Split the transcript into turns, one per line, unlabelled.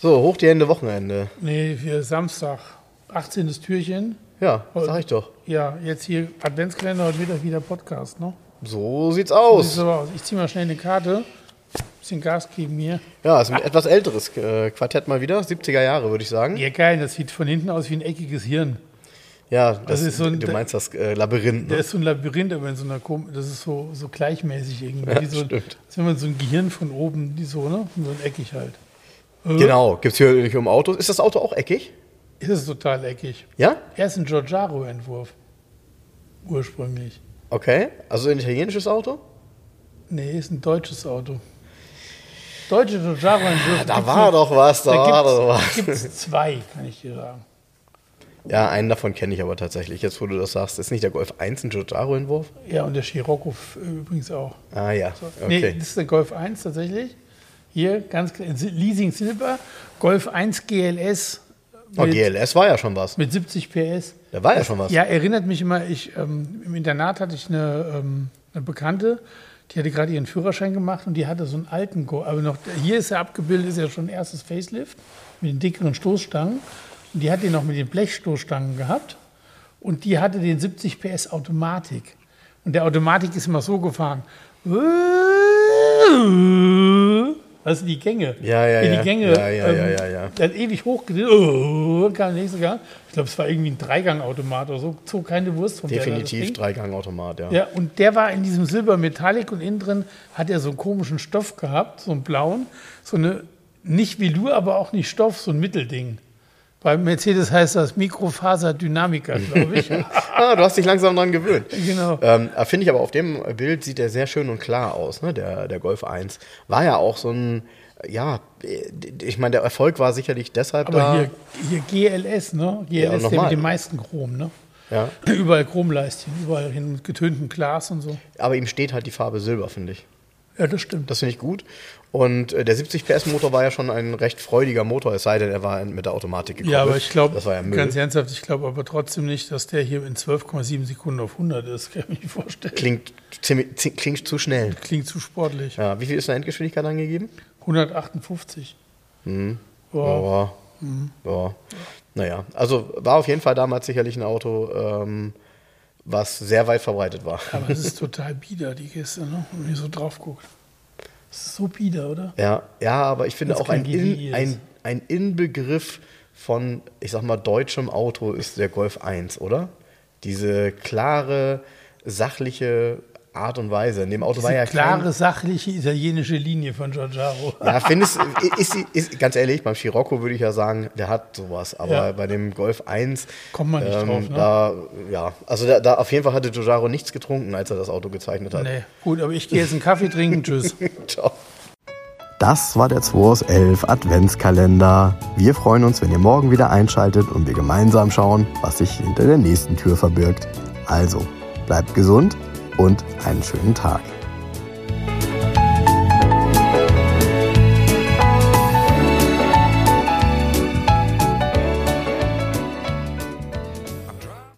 So, hoch die Hände, Wochenende.
Nee, für Samstag. 18. Türchen.
Ja,
Heute.
sag ich doch.
Ja, jetzt hier Adventskalender und wieder wieder Podcast, ne?
So sieht's
Sieht
aus.
so aus. Ich ziehe mal schnell eine Karte. Bisschen Gas geben hier.
Ja, ist ein etwas älteres äh, Quartett mal wieder. 70er Jahre, würde ich sagen.
Ja, geil, das sieht von hinten aus wie ein eckiges Hirn.
Ja, das,
Also ist so ein-
du meinst das äh, Labyrinth.
Da
Ne?
ist so ein Labyrinth, aber in so einer kom das ist so, so gleichmäßig irgendwie.
Ja,
wie so,
stimmt.
als wenn man so ein Gehirn von oben, die so, ne? So ein eckig halt. Äh,
Genau, gibt's hier nicht um Autos. Ist das Auto auch eckig?
Ist es total eckig.
Ja?
Er ist ein Giorgiaro-Entwurf. Ursprünglich.
Okay. Also ein italienisches Auto?
Nee, ist ein deutsches Auto. Deutsche Giorgiaro-Entwürfe.
Ah, Da war doch was, da, war doch was.
Gibt es zwei, kann ich dir sagen.
Ja, einen davon kenne ich aber tatsächlich. Jetzt, wo du das sagst, ist nicht der Golf 1 ein Giordaro-Entwurf?
Ja, und der Scirocco f- äh, übrigens auch.
Ah ja,
Nee,
okay.
das ist der Golf 1 tatsächlich. Hier ganz klar, Leasing Silber, Golf 1 GLS
Oh,
mit,
GLS war ja schon was.
mit 70 PS.
Da war ja schon was.
Ja, erinnert mich immer, ich, ähm, im Internat hatte ich eine, ähm, eine Bekannte, die hatte gerade ihren Führerschein gemacht und die hatte so einen alten, Go aber noch, hier ist er abgebildet, ist ja schon erstes Facelift mit den dickeren Stoßstangen. Und die hat den noch mit den Blechstoßstangen gehabt und die hatte den 70 PS Automatik. Und der Automatik ist immer so gefahren. Das sind die Gänge.
Ja, ja,
Wie
ja.
Die Gänge. ähm,
Ja, ja, ja, ja, ja.
Der hat ewig hochgedreht. Oh, kam der nächste Gang. Ich glaube, es war irgendwie ein Dreigang-Automat oder so. Zog keine Wurst von
Definitiv
der. das Ding.
Dreigang-Automat, ja.
Ja, und der war in diesem Silber-Metallic und innen drin hat er so einen komischen Stoff gehabt, so einen blauen. So eine, nicht Velour, aber auch nicht Stoff, so ein Mittelding. Bei Mercedes heißt das Mikrofaserdynamiker, glaube ich.
Ah, du hast dich langsam dran gewöhnt.
genau.
Ähm, äh, Finde ich aber auf dem Bild sieht er sehr schön und klar aus, ne? der, der Golf 1. War ja auch so ein, ja, äh, ich meine, der Erfolg war sicherlich deshalb
Aber
da.
hier, hier GLS, ne? GLS,
Ja,
der
nochmal.
mit dem meisten Chrom, ne?
Ja.
Überall Chromleistchen, überall hin mit getöntem Glas und so.
Aber ihm steht halt die Farbe Silber, finde ich.
Ja, das stimmt.
Das finde ich gut. Und äh, der 70 PS Motor war ja schon ein recht freudiger Motor, es sei denn, er war mit der Automatik gekoppelt.
Ja, aber ich glaube,
das war ja Müll.
ganz ernsthaft, ich glaube aber trotzdem nicht, dass der hier in 12,7 Sekunden auf 100 ist. Kann ich mir nicht vorstellen.
klingt, ziemlich, zi- klingt zu schnell.
Klingt zu sportlich.
Ja, wie viel ist eine Endgeschwindigkeit angegeben?
158.
Mhm.
Boah.
Boah.
Mhm.
Boah. Naja, also war auf jeden Fall damals sicherlich ein Auto, ähm, was sehr weit verbreitet war.
Aber es ist total bieder, die Geste, ne? wenn man hier so drauf guckt. Es ist so bieder, oder?
Ja, ja aber ich finde
Das
auch ein,
klingt wie
In,
jedes.
ein, ein Inbegriff von, ich sag mal, deutschem Auto ist der Golf 1, oder? Diese klare, sachliche Art und Weise. In dem Auto war
Diese
ja
klare,
kein,
sachliche italienische Linie von Giorgiaro.
Ja, findest ist, ist, ist ganz ehrlich, beim Scirocco würde ich ja sagen, der hat sowas, aber
Ja.
bei dem Golf 1
Kommt man nicht drauf, ne?
Da, ja, also da, da auf jeden Fall hatte Giugiaro nichts getrunken, als er das Auto gezeichnet hat.
Nee, gut, aber ich gehe jetzt einen Kaffee trinken. Tschüss.
Ciao.
Das war der 2 aus 11 Adventskalender. Wir freuen uns, wenn ihr morgen wieder einschaltet und wir gemeinsam schauen, was sich hinter der nächsten Tür verbirgt. Also, bleibt gesund und einen schönen Tag.